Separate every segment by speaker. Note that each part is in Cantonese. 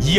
Speaker 1: 以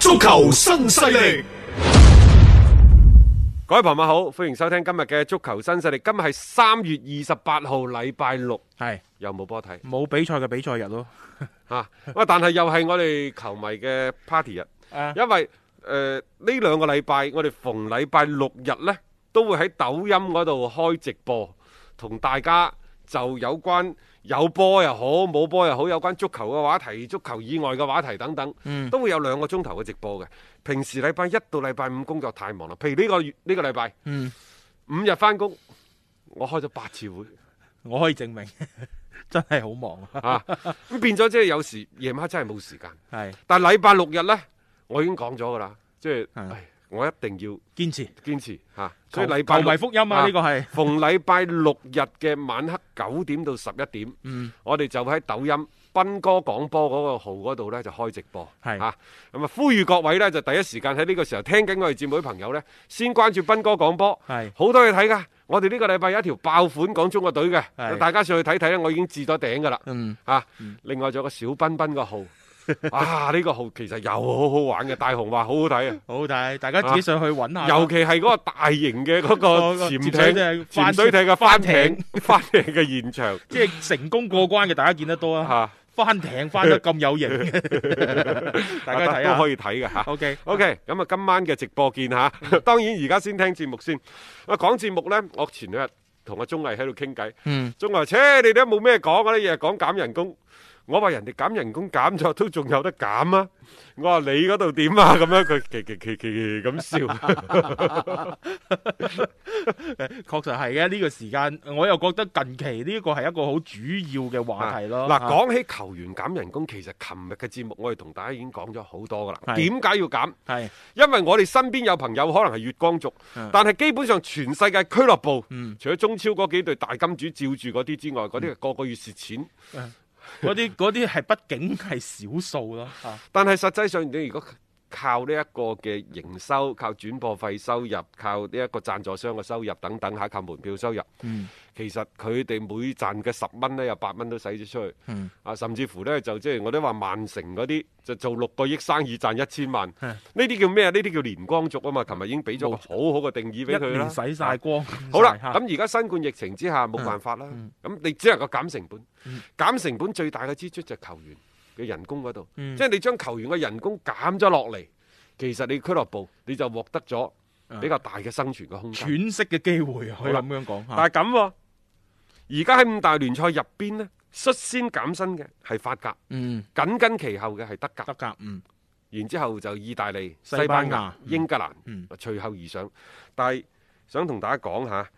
Speaker 1: 足球新勢力，
Speaker 2: 各位朋友好，歡迎收聽今日嘅足球新勢力。今日係三月二十八號，禮拜六，
Speaker 3: 係
Speaker 2: 又冇波睇
Speaker 3: 冇比賽嘅比賽日咯。
Speaker 2: 吓。啊喂、但係又係我哋球迷嘅 party 日，
Speaker 3: 啊，
Speaker 2: 因為誒呢兩個禮拜，我哋逢禮拜六日呢，都會喺抖音嗰度開直播，同大家就有關有波又好，冇波又好，有關足球嘅話題、足球以外嘅話題等等，
Speaker 3: 嗯
Speaker 2: 都會有兩個鐘頭嘅直播嘅。平時禮拜一到禮拜五工作太忙啦，譬如呢個月呢個禮拜
Speaker 3: 嗯，
Speaker 2: 五日翻工，我開咗八次會。
Speaker 3: 我可以證明 真係好忙啊。
Speaker 2: 啊，咁變咗即係有時夜晚真係冇時間，
Speaker 3: 係
Speaker 2: 但係禮拜六日呢，我已經講咗噶啦，即係
Speaker 3: 係
Speaker 2: 唉我一定要
Speaker 3: 堅持，
Speaker 2: 堅持嚇、啊所以
Speaker 3: 球
Speaker 2: 禮拜
Speaker 3: 球迷
Speaker 2: 六
Speaker 3: 福音啊！呢個係
Speaker 2: 逢禮拜六日嘅晚黑九點到十一點，
Speaker 3: 嗯
Speaker 2: 我哋就會喺抖音斌哥廣播嗰個號嗰度呢，就開直播，
Speaker 3: 係
Speaker 2: 嚇咁啊呼籲各位呢，就第一時間喺呢個時候聽緊我哋節目嘅朋友呢，先關注斌哥廣播，
Speaker 3: 係
Speaker 2: 好多嘢睇㗎。我哋呢個禮拜有一條爆款講中國隊嘅，
Speaker 3: 係
Speaker 2: 大家上去睇睇咧，我已經置咗頂㗎啦。
Speaker 3: 嗯
Speaker 2: 啊，另外仲有個小彬彬個號，啊呢個號其實又好好玩嘅，大雄話好好睇啊！
Speaker 3: 好睇，大家自己上去揾 下啦。
Speaker 2: 尤其係嗰個大型嘅嗰
Speaker 3: 嗰
Speaker 2: 個
Speaker 3: 個
Speaker 2: 潛
Speaker 3: 潛水
Speaker 2: 艇、
Speaker 3: 艇
Speaker 2: 潛水艇嘅翻
Speaker 3: 翻
Speaker 2: 艇
Speaker 3: 艇、
Speaker 2: 翻艇 嘅現場
Speaker 3: 即係成功過關嘅，大家見得多啊。
Speaker 2: 嚇，
Speaker 3: 翻艇翻得咁 有型， 大家睇
Speaker 2: 都可
Speaker 3: 下。
Speaker 2: 以睇嘅嚇。
Speaker 3: O K，
Speaker 2: OK，咁啊，今晚嘅直播見嚇。 當然而家先聽節目先。啊，講節目呢，我前兩日同阿鐘毅喺度傾偈，
Speaker 3: 嗯，
Speaker 2: 鐘毅話：切，你哋都冇咩講啊，你日日講減人工。我話人哋減人工減咗都仲有得減啊！我話你嗰度點啊？咁樣佢奇奇奇奇咁笑，
Speaker 3: 確實係嘅。呢個時間，我又覺得近期呢個係一個好主要嘅話題咯。
Speaker 2: 啊
Speaker 3: 啊
Speaker 2: 嗱，講起球員減人工，其實琴日嘅節目我哋同大家已經講咗好多噶啦。
Speaker 3: 係
Speaker 2: 點解要減？
Speaker 3: 係
Speaker 2: 因為我哋身邊有朋友可能係月光族，
Speaker 3: 嗯
Speaker 2: 但係基本上全世界俱樂部，
Speaker 3: 嗯
Speaker 2: 除咗中超嗰幾隊大金主照住嗰啲之外，嗰啲係個個月蝕錢。
Speaker 3: 嗰啲嗰啲係畢竟係少數咯。啊
Speaker 2: 但係實際上，你如果靠呢一個嘅營收、靠轉播費收入、靠呢一個贊助商嘅收入等等嚇，靠門票收入，
Speaker 3: 嗯
Speaker 2: 其實佢哋每賺嘅十蚊呢，有八蚊都使咗出去。
Speaker 3: 嗯
Speaker 2: 啊，甚至乎呢，就即係我都話曼城嗰啲就做六個億生意賺一千萬，呢啲叫咩啊？呢啲叫連光族啊嘛！琴日已經俾咗個好好嘅定義
Speaker 3: 一
Speaker 2: 俾佢啦
Speaker 3: 年。洗晒光。
Speaker 2: 好啦，
Speaker 3: 嚇
Speaker 2: 咁而家新冠疫情之下冇辦法啦，咁、
Speaker 3: 嗯
Speaker 2: 你只能夠減成本，
Speaker 3: 嗯
Speaker 2: 減成本最大嘅支出就係球員嘅人工嗰度，
Speaker 3: 嗯
Speaker 2: 即係你將球員嘅人工減咗落嚟，其實你俱樂部你就獲得咗
Speaker 3: 啊
Speaker 2: 比較大嘅生存嘅空間。
Speaker 3: 喘息嘅機會啊，可以
Speaker 2: 好啦
Speaker 3: 咁樣講嚇。
Speaker 2: 但係咁喎，而家喺五大聯賽入邊呢，率先減薪嘅係法甲，
Speaker 3: 嗯，
Speaker 2: 緊跟其後嘅係德甲
Speaker 3: 得，㗎，嗯，
Speaker 2: 然之後就意大利、
Speaker 3: 西班
Speaker 2: 西班牙
Speaker 3: 牙、嗯
Speaker 2: 英格蘭，啊
Speaker 3: 嗯
Speaker 2: 隨後而上。但係想同大家講下，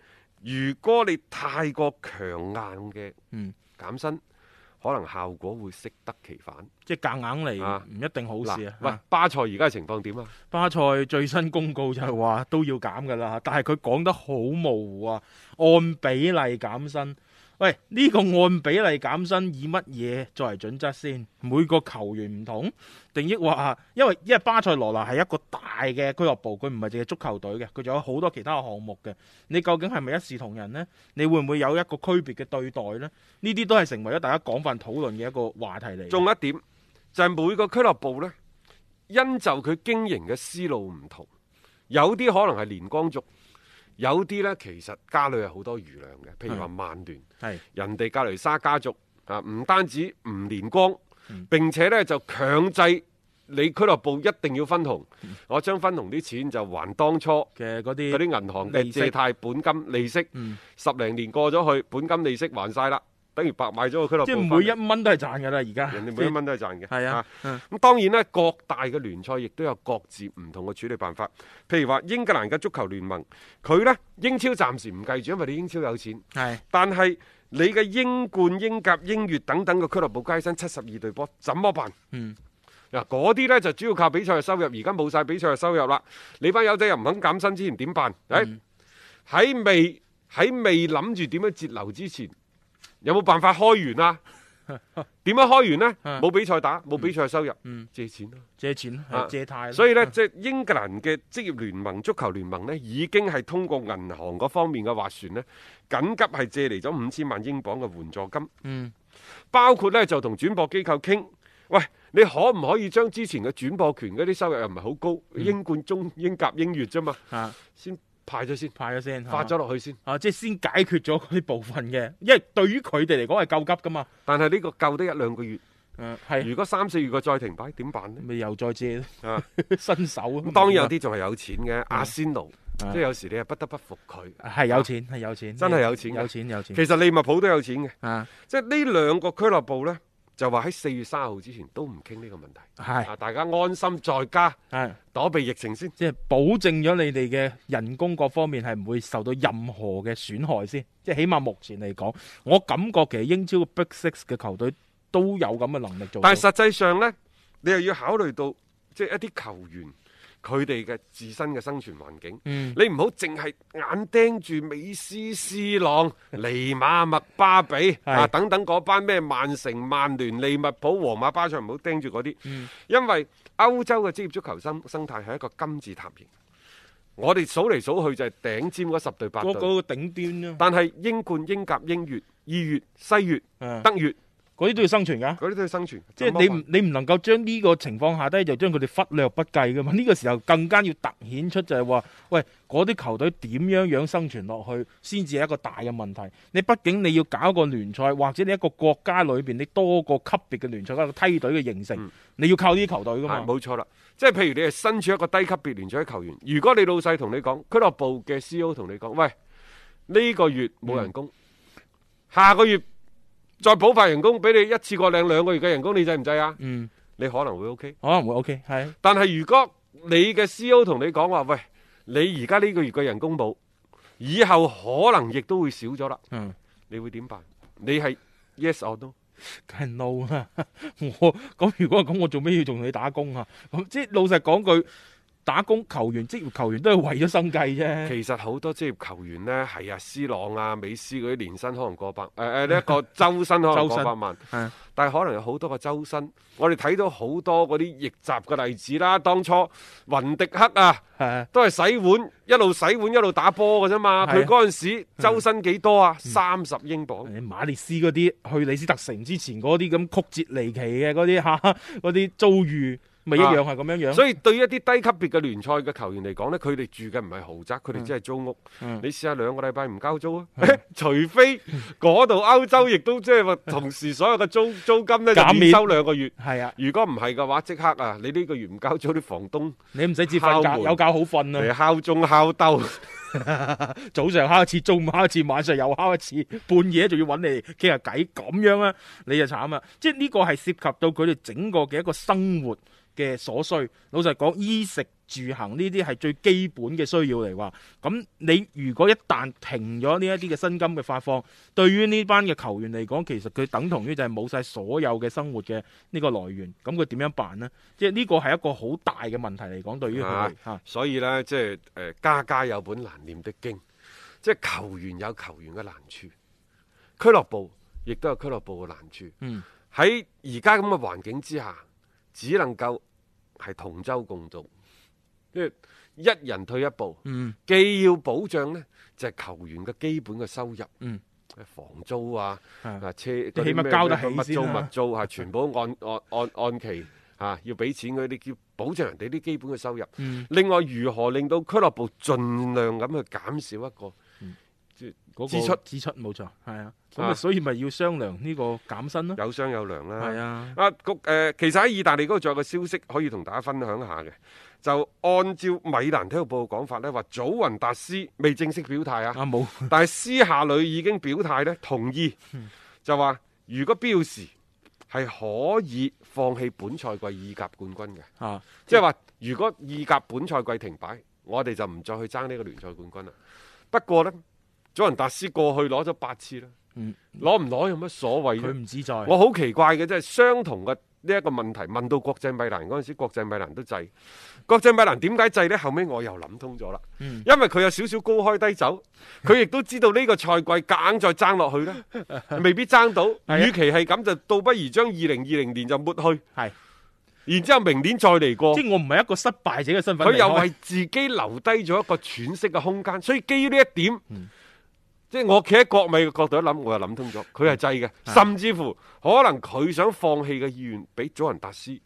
Speaker 2: 如果你太過強硬嘅
Speaker 3: 嗯
Speaker 2: 減薪，可能效果會適得其反。
Speaker 3: 即係夾硬嚟
Speaker 2: 啊，
Speaker 3: 唔一定好事啊。
Speaker 2: 喂
Speaker 3: 啊，
Speaker 2: 巴塞而家嘅情況點啊？
Speaker 3: 巴塞最新公告就係話都要減㗎啦，但係佢講得好模糊啊，按比例減薪。喂，呢個按比例減薪以乜嘢作為準則先？每個球員唔同，定抑或啊？因為因為巴塞羅那係一個大嘅俱樂部，佢唔係淨係足球隊嘅，佢仲有好多其他嘅項目嘅。你究竟係咪一視同仁呢？你會唔會有一個區別嘅對待呢？呢啲都係成為咗大家廣泛討論嘅一個話題嚟。
Speaker 2: 仲有一點就係、每個俱樂部呢，因就佢經營嘅思路唔同，有啲可能係連光族，有啲呢其實家裏係好多餘糧嘅，譬如話
Speaker 3: 係
Speaker 2: 曼聯。
Speaker 3: 係
Speaker 2: 人哋格雷沙家族啊，唔單止唔連光
Speaker 3: 嗯，
Speaker 2: 並且呢就強制你俱樂部一定要分紅，我將分紅啲錢就還當初。
Speaker 3: 嘅嗯嗰啲
Speaker 2: 嗰啲銀行嘅
Speaker 3: 利息
Speaker 2: 借貸本金利息，十零年過咗去，本金利息還晒啦，等於白買咗個俱樂部
Speaker 3: 即係
Speaker 2: 翻嚟。
Speaker 3: 每一蚊都係賺㗎啦，而家
Speaker 2: 人哋每一蚊都係賺嘅。
Speaker 3: 係啊嗯
Speaker 2: 咁當然咧，各大嘅聯賽亦都有各自唔同嘅處理辦法。譬如話英格蘭嘅足球聯盟，佢呢英超暫時唔計住，因為你英超有錢。
Speaker 3: 係
Speaker 2: 但係你嘅英冠、英甲、英乙等等嘅俱樂部加起身七十二隊波，怎麼辦？
Speaker 3: 嗯。
Speaker 2: 嗱，嗰啲呢就主要靠比賽嘅收入，而家冇晒比賽嘅收入啦。你班友仔又唔肯減薪之前點辦？
Speaker 3: 嗯
Speaker 2: 誒喺未喺未諗住點樣節流之前，有冇辦法開源 啊？點樣開源呢？
Speaker 3: 嗯
Speaker 2: 冇比賽打，冇比賽收入，
Speaker 3: 嗯
Speaker 2: 借錢咯。
Speaker 3: 借錢
Speaker 2: 啊
Speaker 3: 係借貸，
Speaker 2: 所以呢，
Speaker 3: 嗯
Speaker 2: 即係英格蘭嘅職業聯盟足球聯盟呢，已經係通過銀行嗰方面嘅斡旋呢，緊急係借嚟咗五千萬英鎊嘅援助金。
Speaker 3: 嗯，
Speaker 2: 包括呢就同轉播機構傾，喂，你可唔可以將之前嘅轉播權嗰啲收入又唔係好高，
Speaker 3: 嗯
Speaker 2: 英冠、中英甲、英乙啫嘛，
Speaker 3: 啊
Speaker 2: 先派咗先，
Speaker 3: 派咗先，
Speaker 2: 發咗落去先。
Speaker 3: 啊，即係先解決咗嗰啲部分嘅，因為對於佢哋嚟講係救急㗎嘛。
Speaker 2: 但係呢個夠得一兩個月，
Speaker 3: 嗯，係
Speaker 2: 如果三四月個再停擺點辦呢？
Speaker 3: 咪又再借 咯？
Speaker 2: 啊，
Speaker 3: 新手咁
Speaker 2: 咁當然有
Speaker 3: 嗯
Speaker 2: 啲仲係有錢嘅，阿仙奴，
Speaker 3: 啊
Speaker 2: 即係有時你係不得不服佢。
Speaker 3: 係有錢，係有錢，
Speaker 2: 真係有錢㗎
Speaker 3: 有錢有錢。
Speaker 2: 其實利物浦都有錢嘅，
Speaker 3: 啊，
Speaker 2: 即係呢兩個俱樂部呢，就話喺四月三號之前都唔傾呢個問題。
Speaker 3: 係
Speaker 2: 啊，大家安心在家
Speaker 3: 係。
Speaker 2: 躲避疫情先。
Speaker 3: 即係保證咗你哋嘅人工各方面係唔會受到任何嘅損害先，即係起碼目前嚟講，我感覺其實英超嘅 Big Six 嘅球隊都有咁嘅能力做到。
Speaker 2: 但係實際上呢，你又要考慮到即係一啲球員佢哋嘅自身嘅生存環境。
Speaker 3: 嗯
Speaker 2: 你唔好淨係眼盯住美斯、斯朗、尼馬、麥巴 比啊等等嗰班咩曼城、曼聯、利物浦、皇馬、巴塞，唔好盯住嗰啲，
Speaker 3: 嗯
Speaker 2: 因為歐洲嘅職業足球生生態係一個金字塔型。我哋數嚟數去就係頂尖嗰十隊八
Speaker 3: 嗰
Speaker 2: 隊，
Speaker 3: 嗰個頂端咯，
Speaker 2: 但係英冠、英甲、英乙、意乙、西乙、
Speaker 3: 嗯
Speaker 2: 德乙
Speaker 3: 嗰啲都要生存㗎。
Speaker 2: 嗰啲都要生存。
Speaker 3: 即係
Speaker 2: 怎麼
Speaker 3: 你
Speaker 2: 辦
Speaker 3: 唔你唔能夠將呢個情況下低就將佢哋忽略不計㗎嘛？ 呢、個時候更加要突顯出就係話，喂嗰啲球隊點樣樣生存落去先至係一個大嘅問題。你畢竟你要搞一個聯賽，或者你一個國家裏邊你多個級別嘅聯賽，一個梯隊嘅形成，你要靠呢啲球隊㗎
Speaker 2: 嗯係
Speaker 3: 嘛？
Speaker 2: 冇錯啦，即係譬如你係身處一個低級別聯賽嘅球員，如果你老細同你講，俱樂部嘅 C.O. 同你講，喂，呢、個月冇人工，
Speaker 3: 嗯
Speaker 2: 下個月再補發人工，俾你一次過領兩個月嘅人工，你制唔制啊？
Speaker 3: 嗯，
Speaker 2: 你可能會 O.K.，
Speaker 3: 可能會 OK 係
Speaker 2: 但係如果你嘅 C.O. 同你講話，喂，你而家呢個月嘅人工冇，以後可能亦都會少咗啦，
Speaker 3: 嗯。
Speaker 2: 你會點辦？你係 yes or no？
Speaker 3: 梗係 no 啦！ 我咁如果係咁，我做咩要仲同你打工啊？咁即係老實講句，打工球員、職業球員都係為咗生計啫。
Speaker 2: 其實好多職業球員呢，係啊，斯朗啊、美斯嗰啲年薪可能過百，誒誒呢一個周薪可能過百萬，
Speaker 3: 係啊
Speaker 2: 但係可能有好多個周薪。我哋睇到好多嗰啲逆襲嘅例子啦，當初雲迪克啊，
Speaker 3: 係
Speaker 2: 都係洗碗，一路洗碗一路打波嘅啫嘛。
Speaker 3: 係啊
Speaker 2: 佢嗰陣時周薪幾多啊？三十英鎊。
Speaker 3: 誒馬列斯嗰啲去李斯特城之前嗰啲咁曲折離奇嘅嗰啲嚇嗰啲遭遇，咪一樣係咁樣樣。
Speaker 2: 所以對於一啲低級別嘅聯賽嘅球員嚟講呢，佢哋住嘅唔係豪宅，佢哋只係租屋。
Speaker 3: 嗯
Speaker 2: 你試下兩個禮拜唔交租啊， 除非嗰度歐洲亦都即 係話同時所有嘅租租金呢就
Speaker 3: 減免
Speaker 2: 免收兩個月。
Speaker 3: 係啊，
Speaker 2: 如果唔係嘅話，即刻啊！你呢個月唔交租，啲房東
Speaker 3: 你唔使接瞓
Speaker 2: 敲
Speaker 3: 覺，
Speaker 2: 門
Speaker 3: 有覺好瞓啊！
Speaker 2: 嚟敲鐘敲兜，
Speaker 3: 早上敲一次，中午敲一次，晚上又敲一次，半夜仲要揾你傾下偈，咁樣啊，你就慘啦！即係呢個係涉及到佢哋整個嘅一個生活嘅所需。老實講，衣食住行呢啲係最基本嘅需要嚟話。咁你如果一旦停咗呢一啲嘅薪金嘅發放，對於呢班嘅球員嚟講，其實佢等同於就係冇晒所有嘅生活嘅呢個來源。咁佢點樣辦呢？即係呢個係一個好大嘅問題嚟講，對於佢哋嚇
Speaker 2: 所以呢，即係誒家家有本難念的經，即係球員有球員嘅難處，俱樂部亦都有俱樂部嘅難處。
Speaker 3: 嗯
Speaker 2: 喺而家咁嘅環境之下，只能夠係同舟共渡，即係一人退一步，
Speaker 3: 嗯
Speaker 2: 既要保障呢，就係、球員嘅基本嘅收入，
Speaker 3: 嗯
Speaker 2: 房租啊，
Speaker 3: 啊
Speaker 2: 啊車，起
Speaker 3: 起碼交得起
Speaker 2: 乜租
Speaker 3: 先啦
Speaker 2: 物租 啊，全部按按按按期啊，要俾錢嗰啲，叫保障人哋啲基本嘅收入。
Speaker 3: 嗯啊
Speaker 2: 另外，如何令到俱樂部盡量咁去減少一個即
Speaker 3: 嗰個
Speaker 2: 支出
Speaker 3: 支出冇錯，係啊，咁
Speaker 2: 啊
Speaker 3: 啊，所以咪要商量呢個減薪咯，
Speaker 2: 有商有量啦。
Speaker 3: 係啊，
Speaker 2: 啊，局誒、呃其實喺意大利嗰度仲有個消息可以同大家分享下嘅，就按照米蘭體育報嘅講法呢話祖雲達斯未正式表態啊，
Speaker 3: 啊冇，
Speaker 2: 但係私下裏已經表態呢同意，
Speaker 3: 嗯
Speaker 2: 就話如果標時係可以放棄本賽季意甲冠軍嘅，
Speaker 3: 啊，
Speaker 2: 即係話如果意甲本賽季停擺，我哋就唔再去爭呢個聯賽冠軍啦。不過呢，祖雲達斯過去攞咗八次啦，
Speaker 3: 嗯
Speaker 2: 攞唔攞有乜所謂啫
Speaker 3: 佢唔自在，
Speaker 2: 我好奇怪嘅，即係相同嘅呢一個問題，問到國際米蘭嗰陣時，國際米蘭都制。國際米蘭點解制呢？後尾我又諗通咗啦，
Speaker 3: 嗯
Speaker 2: 因為佢有少少高開低走，佢亦都知道呢個賽季夾硬再爭落去呢，未必爭到。
Speaker 3: 啊
Speaker 2: 與其係咁，就倒不如將二零二零年就抹去，
Speaker 3: 係，
Speaker 2: 然之後明年再嚟過
Speaker 3: 即。係我唔係一個失敗者嘅身份離開，
Speaker 2: 佢又為自己留低咗一個喘息嘅空間，所以基於呢一點，
Speaker 3: 嗯
Speaker 2: 即係我企喺國米嘅角度一諗，我又諗通咗，佢係制嘅，
Speaker 3: 嗯
Speaker 2: 甚至乎可能佢想放棄嘅意願比祖雲達斯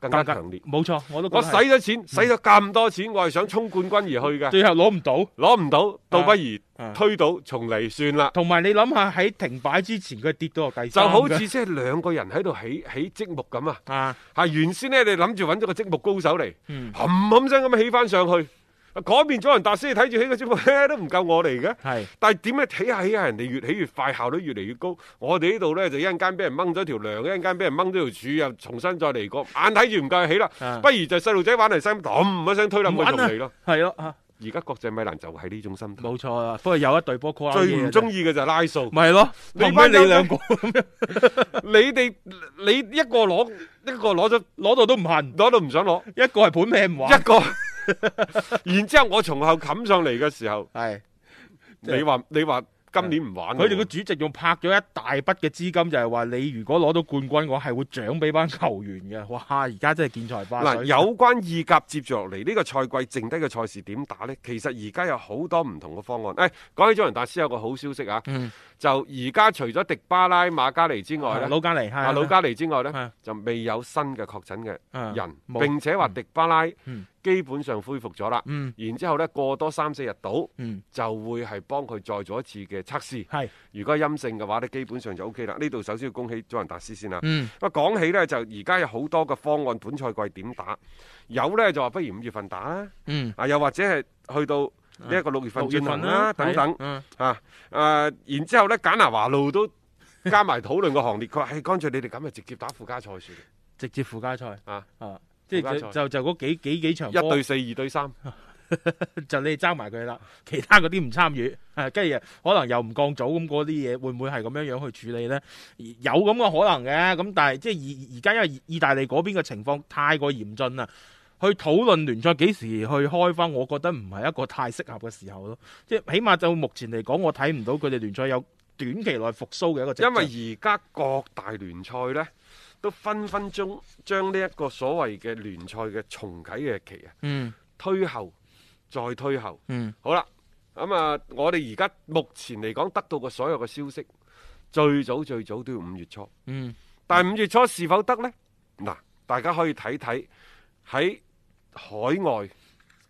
Speaker 2: 更加
Speaker 3: 更加
Speaker 2: 強烈。
Speaker 3: 冇錯，我都覺
Speaker 2: 我
Speaker 3: 得
Speaker 2: 使
Speaker 3: 係嗯
Speaker 2: 咗錢，使咗咁多錢，我係想衝冠軍而去嘅，
Speaker 3: 最後攞唔到。
Speaker 2: 攞唔到，倒不
Speaker 3: 嗯啊
Speaker 2: 如推倒重嚟算啦。
Speaker 3: 同埋你諗下喺停擺之前佢跌到落第
Speaker 2: 就
Speaker 3: 三㗎，
Speaker 2: 好似即係兩個人喺度起起積木咁啊！
Speaker 3: 啊，
Speaker 2: 嚇，原先呢，你諗住揾咗個積木 高手嚟，
Speaker 3: 嗯
Speaker 2: 冚冚聲咁起翻上去。嗰邊祖雲達斯睇住起個積木，都唔夠我嚟嘅。
Speaker 3: 係
Speaker 2: 但係點解起下起下人哋越起越快，效率越嚟越高？我哋呢度呢，就一陣間俾人掹咗條梁，一陣間俾人掹咗條柱，又重新再嚟過，眼睇住唔夠起啦，
Speaker 3: 啊
Speaker 2: 不如就細路仔玩嚟生，砰一聲推冧佢同嚟咯。
Speaker 3: 係咯啊，
Speaker 2: 而家國際米蘭就係呢種心態，
Speaker 3: 冇錯啊。不過有一隊波 call
Speaker 2: 最唔中
Speaker 3: 意，
Speaker 2: 意嘅就係拉數。
Speaker 3: 咪係咯，
Speaker 2: 你
Speaker 3: 後
Speaker 2: 班
Speaker 3: 尾
Speaker 2: 友
Speaker 3: 你兩個咁樣
Speaker 2: 你哋你一個攞一個攞咗
Speaker 3: 攞到都唔恨，
Speaker 2: 攞到唔想攞，
Speaker 3: 一個係本命唔玩
Speaker 2: 一，個， 然之後我從後冚上嚟嘅時候，
Speaker 3: 係
Speaker 2: 你話你話今年唔玩喎，
Speaker 3: 佢哋個主席仲拍咗一大筆嘅資金，就係話你如果攞到冠軍，我係會獎俾班球員嘅。哇！而家真係見財花
Speaker 2: 嗱
Speaker 3: 水。
Speaker 2: 有關意甲接住落嚟呢個賽季剩低嘅賽事點打呢？其實而家有好多唔同嘅方案。誒、講起祖雲達斯有個好消息啊，
Speaker 3: 嗯
Speaker 2: 就而家除咗迪巴拉、馬加尼之外呢，
Speaker 3: 老加尼係
Speaker 2: 啊魯加尼之外呢，
Speaker 3: 係
Speaker 2: 就未有新嘅確診嘅
Speaker 3: 啊
Speaker 2: 人，
Speaker 3: 冇
Speaker 2: 並且話迪巴拉
Speaker 3: 嗯
Speaker 2: 基本上恢復咗啦。
Speaker 3: 嗯
Speaker 2: 然之後呢，過多三四日到
Speaker 3: 嗯
Speaker 2: 就會係幫佢再做一次嘅測試。
Speaker 3: 係
Speaker 2: 如果係陰性嘅話呢，基本上就 O K 啦。呢度首先要恭喜祖雲達斯先啦。
Speaker 3: 嗯
Speaker 2: 咁啊，講起呢，就而家有好多嘅方案，本賽季點打？有呢，就話不如五月份打啦，
Speaker 3: 嗯
Speaker 2: 啊又或者係去到呢一個六月份
Speaker 3: 啊六月份
Speaker 2: 轉行
Speaker 3: 啦
Speaker 2: 啦，等等
Speaker 3: 嗯
Speaker 2: 啊啊，然之後呢，簡拿華路都加埋討論嘅行列，佢話：，唉，乾脆你哋咁啊咪直接打附加賽算啦，
Speaker 3: 直接附加賽
Speaker 2: 啊
Speaker 3: 啊！即
Speaker 2: 附加
Speaker 3: 係
Speaker 2: 賽
Speaker 3: 就就就嗰幾幾幾場
Speaker 2: 一
Speaker 3: 波
Speaker 2: 對四、二對三，
Speaker 3: 就你哋爭埋佢啦，其他嗰啲唔參與， 啊跟住可能又唔降組咁嗰啲嘢，會唔會係咁樣樣去處理呢？有咁嘅可能嘅，咁但係即係而而家因為意大利嗰邊嘅情況太過嚴峻啦，去討論聯賽幾時去開翻，我覺得唔係一個太適合嘅時候咯。即係起碼就目前嚟講，我睇唔到佢哋聯賽有短期內復甦嘅一個跡象。
Speaker 2: 因為而家各大聯賽呢，都分分鐘將呢一個所謂嘅聯賽嘅重啟嘅日期啊，
Speaker 3: 嗯
Speaker 2: 推後再推後。
Speaker 3: 嗯
Speaker 2: 好啦，咁、啊，我哋而家目前嚟講得到嘅所有嘅消息，最早最早都要五月初。
Speaker 3: 嗯
Speaker 2: 但係五月初是否得呢？嗱，大家可以睇睇喺海外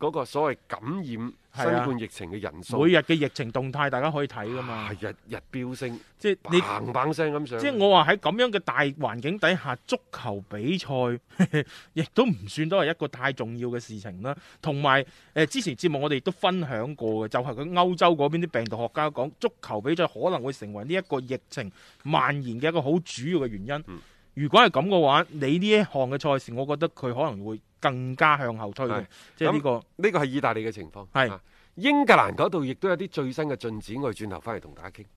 Speaker 2: 嗰個所謂感染新
Speaker 3: 係啊
Speaker 2: 冠疫情嘅人數
Speaker 3: 每，日嘅疫情動態大家可以睇噶嘛，
Speaker 2: 係日日飆升，
Speaker 3: 即係你。
Speaker 2: 砰砰聲咁上。
Speaker 3: 即係我話喺咁樣嘅大環境底下，足球比賽 亦都唔算都係一個太重要嘅事情啦。同埋誒之前節目我哋亦都分享過嘅，就係佢歐洲嗰邊啲病毒學家講，足球比賽可能會成為呢一個疫情蔓延嘅一個好主要嘅原因。
Speaker 2: 嗯
Speaker 3: 如果係咁嘅話，你呢一項嘅賽事，我覺得佢可能會更加向後推嘅
Speaker 2: 係，
Speaker 3: 即係呢個
Speaker 2: 呢個係意大利嘅情況，
Speaker 3: 係
Speaker 2: 啊英格蘭嗰度亦都有啲最新嘅進展，我哋轉頭翻嚟同大家傾。